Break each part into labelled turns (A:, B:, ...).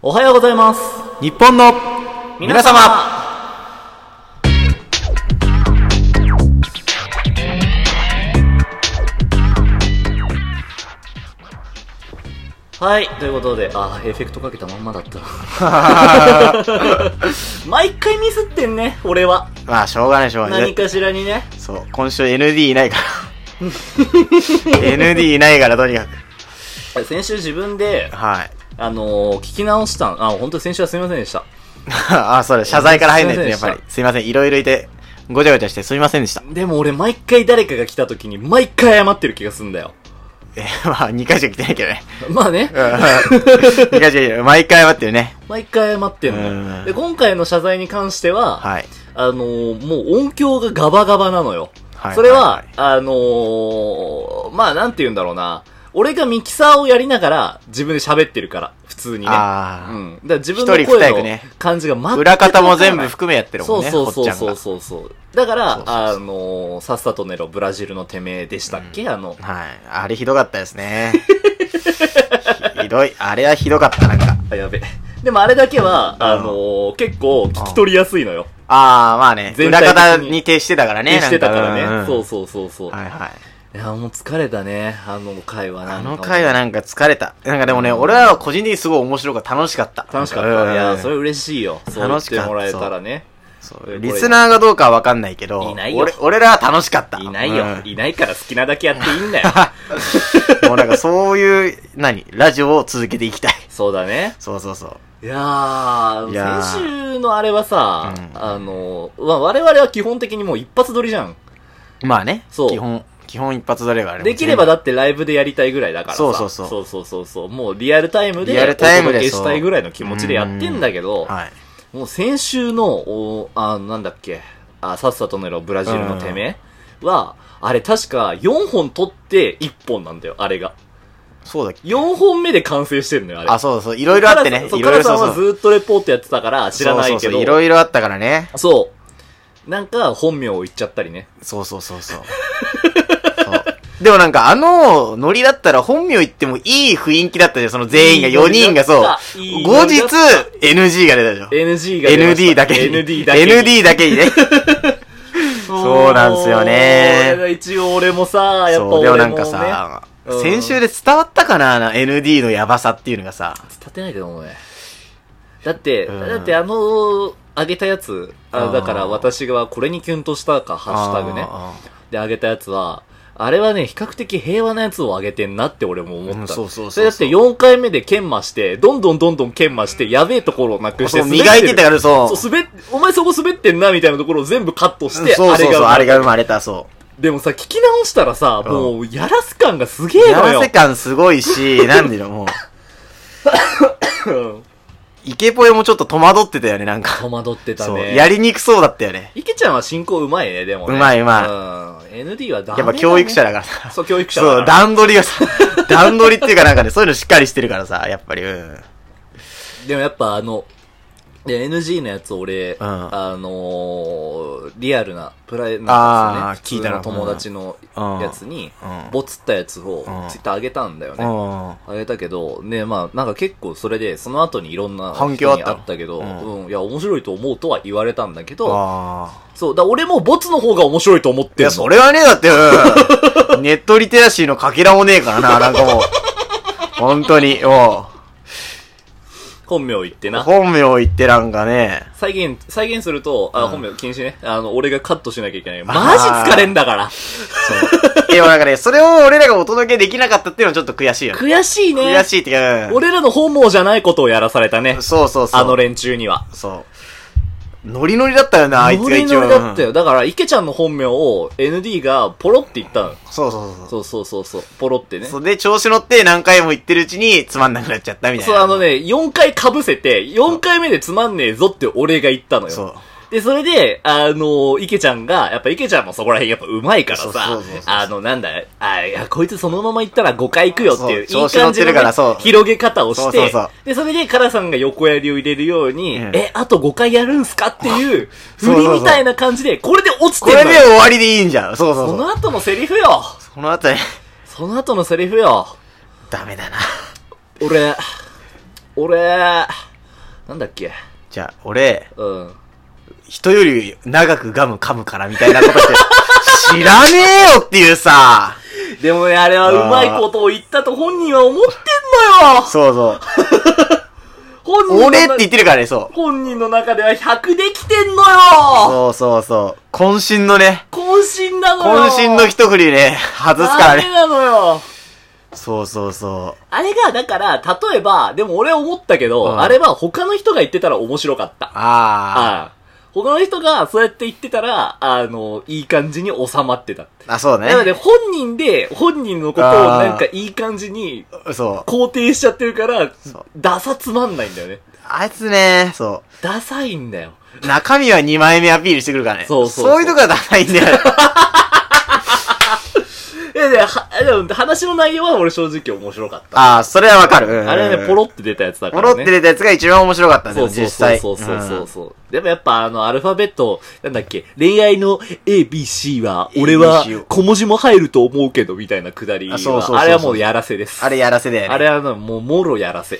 A: おはようございます。
B: 日本の皆様
A: はい、ということで、あー、エフェクトかけたまんまだ った。毎回ミスってんね、俺は。
B: まあしょうがないしょうがな
A: 何
B: い
A: かしらにね。
B: そう今週 ND いないから ND いないからとにかく
A: 先週自分で、
B: はい
A: あのー聞き直したん、あ、本当に先週はすみませんでした。
B: あそうだ謝罪から入んないとねやっぱり
A: すいませんで
B: すいませんいろいろいてごちゃごちゃしてすいませんでした
A: でも俺毎回誰かが来た時に毎回謝ってる気がすんだよ。
B: えまあ2回しか来てないけどね
A: まあね、
B: 2回しか来てない毎回待ってるね
A: 毎回謝ってん
B: う
A: の。
B: ん
A: で、今回の謝罪に関しては、
B: はい
A: あのーもう音響がガバガバなのよ。
B: はい
A: それは、
B: はい
A: あのーまあなんて言うんだろうな。俺がミキサーをやりながら自分で喋ってるから、普通にね。
B: あー
A: うん。だから自分
B: 一
A: の
B: 人二
A: 声
B: 役
A: の
B: ね
A: 感じが全く
B: 裏方も全部
A: わか
B: 含めやって
A: ら
B: る
A: ないそ
B: も
A: うん
B: ね
A: そうそう
B: ほ
A: そう
B: っち
A: そうそう。だから、
B: そうそうそう
A: あのーさっさと寝ろ、ブラジルのてめえでしたっけ、あの
B: ゃん、がはいあれひどかったですね ひどいあれはひどかったなんか
A: あ、やべ。でもあれだけは、あのー結構聞き取りやすいのよ。
B: ああまあね
A: 全
B: 裏
A: 体的に
B: 方に徹してたからね
A: してたから
B: なん
A: ね。
B: うん
A: そうそうそうそう。
B: はいはい
A: いや、もう疲れたね、あの回はな
B: あ
A: んかもう。
B: の回はなんか疲れた。なんかでもね、俺らは個人的にすごい面白かった。楽しかった。
A: 楽しかっ
B: うん
A: た。いや、それ嬉しいよ。そう言
B: 楽
A: っ
B: してかった
A: もらえたらね。
B: そうリスナーがどうかはわかんないけど、
A: いないよ
B: 俺俺らは楽しかった。
A: いないうよ。
B: ん
A: いないから好きなだけやっていいんだよ。
B: もうなんかそういう、何ラジオを続けていきたい。
A: そうだね。
B: そうそうそう。
A: いやー、
B: いやー
A: 先週のあれはさ、
B: うん
A: あの、まあ我々は基本的にもう一発撮りじゃん。
B: まあね。
A: そう
B: 基本、基本一発撮れがあれ
A: できればだ
B: っ
A: ってライブでやりたいぐらいだからさ。
B: そうそうそう
A: そうそうそうそう。もうリアルタイムで
B: リア
A: お
B: ルタイム
A: 届
B: で
A: けしたいぐらいの気持ちでやってんだけど、
B: はい。
A: もう先週の、おあなんだっけ、あ、さっさと寝ろ、ブラジルのてめえは、あれ確か4本撮って1本なんだよ、あれが。
B: そうだっけ
A: 4本目で完成してんのよ、あれ。
B: あ、そうそう。いろいろあってね。
A: そう、
B: い
A: カ
B: ろい
A: ラさ
B: ろそ
A: んは
B: うそう。
A: ずっとレポートやってたから知らないけど。
B: そうそうそういろいろあったからね。
A: そう。なんか、本名を言っちゃったりね。
B: そうそうそうそう。そうでもなんかあのノリだったら本名言ってもいい雰囲気だったじゃん、その全員が、
A: いいノ
B: 4
A: リだ
B: 人
A: った
B: がそう。
A: いいノ
B: 後
A: リ
B: 日
A: だっ
B: NG が出たじゃん。
A: NG が出ました
B: ND だけに。
A: ND だけに。
B: ND だけにね。そうなんすよ
A: もう
B: ね
A: 俺が一応俺もさ、やっぱ
B: そう、で
A: 俺
B: も
A: も、ね。
B: なんかさ、
A: うん
B: 先週で伝わったかなあの ?ND のやばさっていうのがさ。
A: 立てないけどもね。だって、
B: うん
A: だってあの、あげたやつ、あ
B: あー
A: だから私がこれにキュンとしたか、ハッシュタグね。
B: あ
A: で、あげたやつは、あれはね、比較的平和なやつをあげてんなって俺も思った。
B: うんそうそうそうそう
A: れだって4回目で研磨して、どんどんどんどん研磨して、やべえところをなく
B: ー。
A: して
B: そう、
A: 滑ってる
B: 磨いてたからそう。
A: そう、滑っ、お前そこ滑ってんなみたいなところを全部カットし
B: うん
A: て、
B: そうそうそう、
A: あ
B: あ
A: れ
B: れ
A: が。
B: が生まれた、そ
A: でもさ、聞き直したらさ、
B: うん
A: もう、やらす感がすげ
B: う。
A: え
B: や
A: のよ。
B: らせ感すごいし、なんでのもう、
A: うん
B: イケポエもちょっと戸惑ってたよね、なんか。
A: 戸惑ってた
B: そう。
A: ね。
B: やりにくそうだったよね。
A: 池ちゃんは進行うまいね、でもね。
B: うまいう
A: まい。うん。ND はダメ
B: や
A: だ、ね。
B: っぱ教育者だからさ。
A: そう、教育者だ
B: そう、
A: から。
B: 段取りがさ、 段取りっていうかなんかね、そういうのしっかりしてるからさ、やっぱり、うん。
A: でもやっぱあの、で、NG のやつ俺、
B: ん
A: あのー、リアルな、プライ、な
B: あー
A: んですよね。
B: 聞いた
A: 普
B: な
A: 通の友達のやつに
B: うん、
A: ボツったやつを
B: うん
A: ツイッター上げたんだよね。
B: うん。
A: あげたけど、ね、まあ、なんか結構それで、その後にいろんな
B: 反響あった
A: 人にったけど、
B: うん
A: うん、いや、面白いと思うとは言われたんだけど、
B: ああ。
A: そう、だから俺もボツの方が面白いと思っ
B: い
A: てる
B: や、それはね、だって、 うんネットリテラシーのかけらもねえからな、なんかもう。本当に、も
A: 本名言って
B: う、
A: な。
B: 本名言ってなんかね。
A: 再現、再現すると、あ、本名禁止ね。あの、俺がカットしなきゃいけない。マジ
B: あー
A: 疲れんだから。
B: そう。でもなんかね、それを俺らがお届けできなかったっていうのはちょっと悔しいよね。
A: 悔しいね。
B: 悔しいっていうか、うん
A: 俺らの本望じゃないことをやらされたね。
B: そうそうそう。
A: あの連中には。
B: そう。ノリノリだったよな、あいつが一
A: ノ
B: 応。
A: リノリだったよ。だから、池ちゃんの本名を ND がポロって言ったの。
B: うんそうそうそうそう。
A: そうそうそうそう。ポロってね。
B: そうで、調子乗って何回も言ってるうちにつまんなくなっちゃったみたいな。
A: そう、あの。ね、4回被せて、4回目でつまんねえぞって俺が言ったのよ。
B: そう。
A: で、それで、あの、池ちゃんが、やっぱ池ちゃんもそこら辺やっぱ上手いから
B: そう
A: さ
B: そうそうそう、
A: あの、なんだ、あ、いや、こいつそのまま行ったら5回行くよっていう、
B: そう
A: いい感じの
B: 調子乗って
A: ね、
B: るからそう
A: 広げ方をして、
B: そうそうそう
A: で、それで、カラさんが横やりを入れるように、
B: うん
A: え、あと5回やるんすかっていう、
B: そうそう
A: 振
B: そう
A: りみたいな感じで、これで落ち
B: こ
A: て
B: れ
A: る
B: で
A: のよ。
B: 終わりでいいんじゃん。そうそ
A: そ
B: うそう。
A: の後のセリフよ。
B: この後ね、
A: その後のセリフよ。
B: ダメだな。
A: 俺、俺、なんだっけ
B: じゃあ、俺、
A: うん。
B: 人より長くガム噛むからみたいなことして、知らねえよっていうさ、
A: でもね、あれはうまいことを言ったと本人は思ってんのよ
B: そうそう。
A: 本人の
B: 俺って
A: 中
B: 言ってるからね、そう。
A: 本人の中では100できてんのよ
B: そうそうそう。渾身のね、
A: 渾身なのよ
B: 渾身の一振りね、外すから
A: あれ
B: ね。
A: なのよ
B: そうそうそ
A: あれが、だから、例えば、でも俺は思ったけど、
B: うん
A: あれは他の人が言ってたら面白かった。
B: う。あ
A: ああ他の人がそうやって言ってたら、あの、いい感じに収まってた。
B: あ。あ、そうね
A: な。ので本人で、本人のことを
B: ああ
A: なんかいい感じに
B: そう。
A: 肯定しちゃってるから
B: そう、
A: ダサつまんないんだよね。
B: あいつね、そ
A: ダサいんだよ。
B: う。中身は2枚目アピールしてくるからね。
A: そうそうそう
B: そういうとこがダサいんだよ。
A: いやいや、はでも話の内容は俺正直面白かった。
B: ああ、それはわかる。うん
A: あれはね、ポロって出たやつだか
B: ポ
A: ら
B: ロ
A: ね。
B: って出たやつが一番面白かったん
A: そ
B: だ
A: う
B: よ、
A: そう
B: 実
A: そう
B: 際。
A: そうそうそう
B: そ
A: そう、でもやっぱあの、アルファベット、なんだっけ、恋愛の ABC は、俺は
B: ABC を
A: 小文字も入ると思うけど、みたいなくだりは
B: あそうそうそうそう
A: あれはもうやらせです。
B: あれやらせだよね。
A: あれはもう、もろやらせ。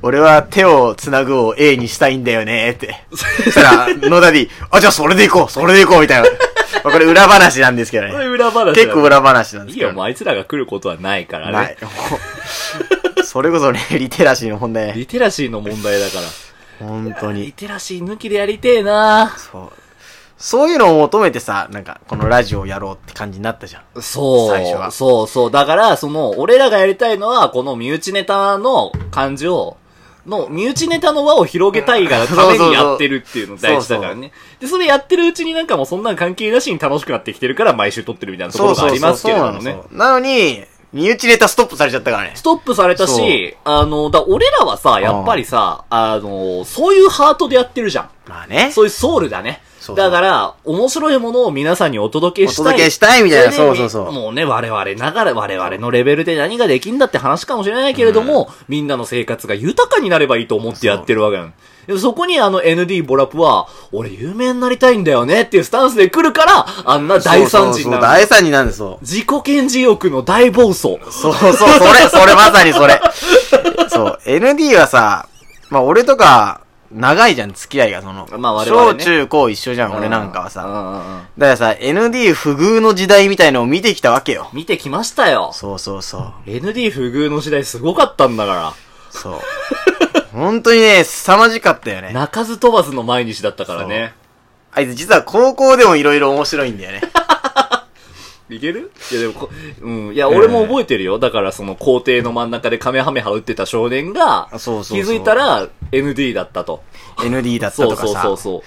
B: 俺は手を繋ぐを A にしたいんだよねって。 そしたら、野田に、あ、じゃあそれで行こう、それで行こう、みたいな。まあこれ裏話なんですけど
A: これ
B: ね。
A: 裏話だ
B: 結構裏話なんで
A: いい
B: すけど
A: よ、
B: ね。
A: もうあいつらが来ることはないからね。
B: ない。それこそね、リテラシーの問題。
A: リテラシーの問題だから。
B: 本当
A: リ
B: に。
A: テラシー抜きでやりてえな
B: そう。そういうのを求めてさ、なんか、このラジオやろうって感じになったじゃん。
A: そう。
B: 最初は
A: そうそう。だから、その、俺らがやりたいのは、この身内ネタの感じを、の、身内ネタの輪を広げたいがためにやってるっていうの大事だからね。で、それやってるうちになんかもうそんなん関係なしに楽しくなってきてるから毎週撮ってるみたいなところがありますけれどもね。
B: そうなのに、身内ネタストップされちゃったからね
A: ス。トップされたし、あの、だ俺らはさ、やっぱりさ、あの、そういうハートでやってるじゃん。
B: まあね。
A: そういうソウルだね。
B: そうそ
A: だ
B: う
A: から、面白いものを皆さんにお届け
B: お
A: したい。
B: 届けしたいみたいな。
A: それ
B: そ
A: で
B: うそうそう。
A: もうね、我々ながら、我々のレベルで何ができんだって話かもしれないけれども、みんなの生活が豊かになればいいと思ってやってるわけなの。でそこにあの ND ボラップは、俺有名になりたいんだよねっていうスタンスで来るから、あんな大惨事
B: そうそう
A: に
B: そ
A: な
B: う
A: る。
B: 大惨事なんです、そう。
A: 自己顕示欲の大暴走。
B: そうそう、そ れ、それまさにそれ。そう、ND はさ、まあ俺とか、長いじゃん、付き合いが、その。
A: まあ我々ね
B: 小中高一緒じゃん、俺なんかは
A: う
B: さ。
A: んうんうん
B: だからさ、ND 不遇の時代みたいのを見てきたわけよ。
A: 見てきましたよ。
B: そうそうそう。
A: ND 不遇の時代すごかったんだか
B: そう。本当にね、凄まじかったよ
A: ら。
B: ね。
A: 泣かず飛ばずの毎日だったからね。
B: あいつ実は高校でもいろいろ面白いんだよね。
A: いけるいやでもこ、うん。いや、俺も覚えてるよ。だから、その校庭の真ん中でカメハメハ打ってた少年が、
B: あそうそうそう
A: 気づいたら、ND だったと。
B: ND だった
A: そ
B: と
A: う
B: か
A: そうそう
B: さ。
A: そ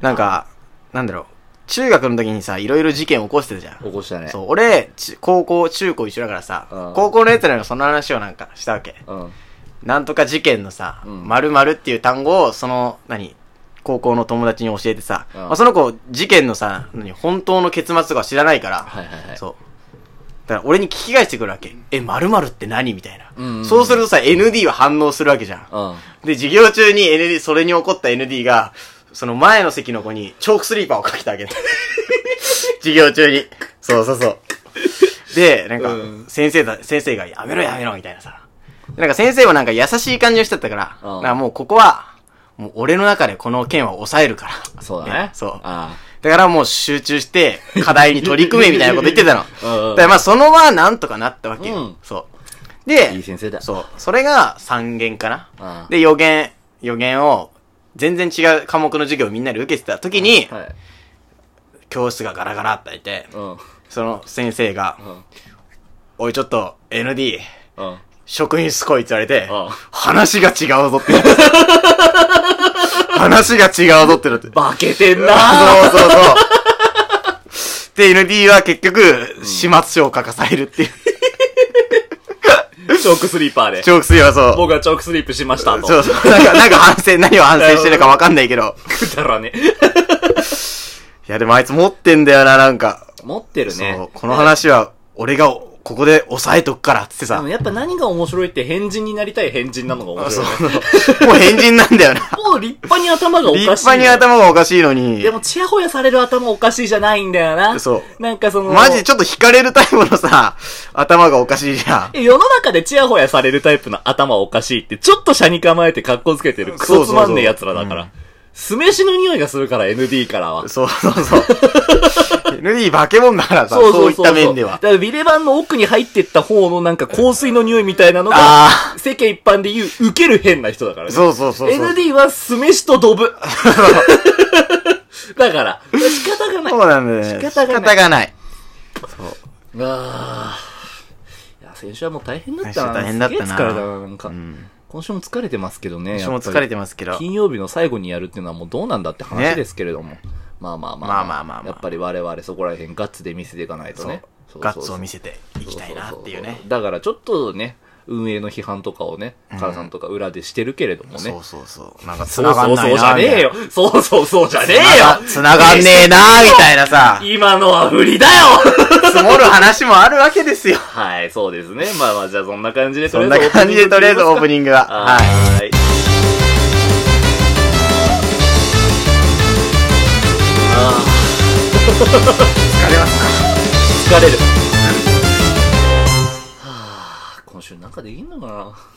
B: なんか、なんだろう。中学の時にさ、いろいろ事件起こしてたじゃん
A: う。。起こしたね。
B: そう、俺、ち高校、中高一緒だからさ、
A: うん
B: 高校のやつらがその話をなんかしたわけ。
A: うん。
B: なんとか事件のさ、
A: うん
B: 〇〇っていう単語を、その、何高校の友達に教えてさ、
A: うん
B: まあ、その子、事件のさ、何本当の結末とか知らないから、
A: はいはいはい。
B: そう。だから俺に聞き返してくるわけ。え、〇〇って何みたいな、
A: うんうんうん
B: そうするとさ、ND は反応するわけじゃん。
A: うん。
B: で、授業中に ND、それに怒った ND が、その前の席の子にチョークスリーパーをかけてあげ た。授業中に。そうそうそう。で、なんか
A: うん、
B: 先生だ、先生がやめろやめろみたいなさ。でなんか先生もなんか優しい感じをしてたから、
A: うん
B: なんかもうここは、もう俺の中でこの件は抑えるから。
A: そうだね。
B: そう。
A: あ
B: だからもう集中して、課題に取り組めみたいなこと言ってたの。
A: あ。 うんう
B: だ
A: ん
B: からまあそのままなんとかなったわけよ。
A: うん
B: そう。で、
A: いい先生だ。
B: そう。それが3弦かな。
A: あ
B: で、予言、予言を、全然違う科目の授業をみんなで受けてた時に、
A: あはい。
B: 教室がガラガラって開いて、
A: うん。うん。
B: その先生が、おいちょっと、ND、
A: うん。
B: 職員室来いって言われて
A: うん、
B: 話が違うぞって。話が違うぞってなって。
A: 化けてん な
B: そうそうそう。で、ND は結局、始末書を書かされるっていう。
A: チョークスリーパーで。
B: チョークスリーはそう。
A: 僕はチョークスリープしましたと。
B: そうそう。なんか、なんか反省、何を反省してるかわかんないけど。
A: くだらね。
B: いや、でもあいつ持ってんだよな、なんか。
A: 持ってるね。
B: そう、この話は、俺が、こここで抑えとくから、つって
A: で
B: さ
A: も。やっぱ何が面白いって変人になりたい変人なのが面
B: あそ
A: 白
B: う
A: いね。。
B: もう変人なんだよな。
A: もう立派に頭 がおかしい。
B: 立派に頭がおかしいのに
A: で。も、ちやほやされる頭おかしいじゃないんだよな。。
B: そう
A: なんかその、
B: マジでちょっと惹かれるタイプ のさ、頭がおかしいじゃん。
A: 世の中でちやほやされるタイプの頭おかしいって、ちょっと車に構えて格好つけてるクソつまんねえ奴らだから。酢飯の匂いがするから、ND からは。
B: そうそう そう。ND 化け物だからさ、
A: そう
B: そ
A: そうう
B: いっ
A: そう。
B: た面では
A: だ。から、ビレバンの奥に入ってった方のなんか香水の匂いみたいなのが、
B: あ
A: 世間一般で言う、受ける変な人だから
B: あ、
A: ね。
B: そうそうそうそう。
A: ND は酢飯とド ブ。だから、仕方がない。
B: そうなんだよね。
A: 仕方がない
B: ない。
A: ああ。いや、先週はもう大変だったな。
B: 先週大変だったな
A: すげえ疲れたな、なんか。
B: うん。
A: 今週も疲れてますけどね。
B: 私も疲れてますけ
A: やっぱり
B: ど。
A: 金曜日の最後にやるっていうのはもうどうなんだって話ですけれども。まあまあまあ。
B: まあまあまあまあ
A: やっぱり我々そこら辺ガッツで見せていかないとね。そう
B: ガッツを見
A: せ
B: せていきたいなっていうね。
A: だからちょっとね、運営の批判とかをね、カラさんとか裏でしてるけれどもね。
B: そうそうそう。なんか
A: そう
B: 繋が
A: そ
B: ん
A: う
B: ないな。
A: そうじゃねえよ。そうそうそうじゃねえ
B: みたいな。
A: よ。
B: 繋がんねえなみたいなさ、
A: 今のは振りだよ
B: 積もる話もあるわけですよ。
A: はい、そうですね。まあまあ、じゃあそんな感じで
B: そんな感じでとりあえずオープニングは。はい。
A: はい。あ
B: 疲れます
A: あ、疲れる。はあ、今週なんかできんのかな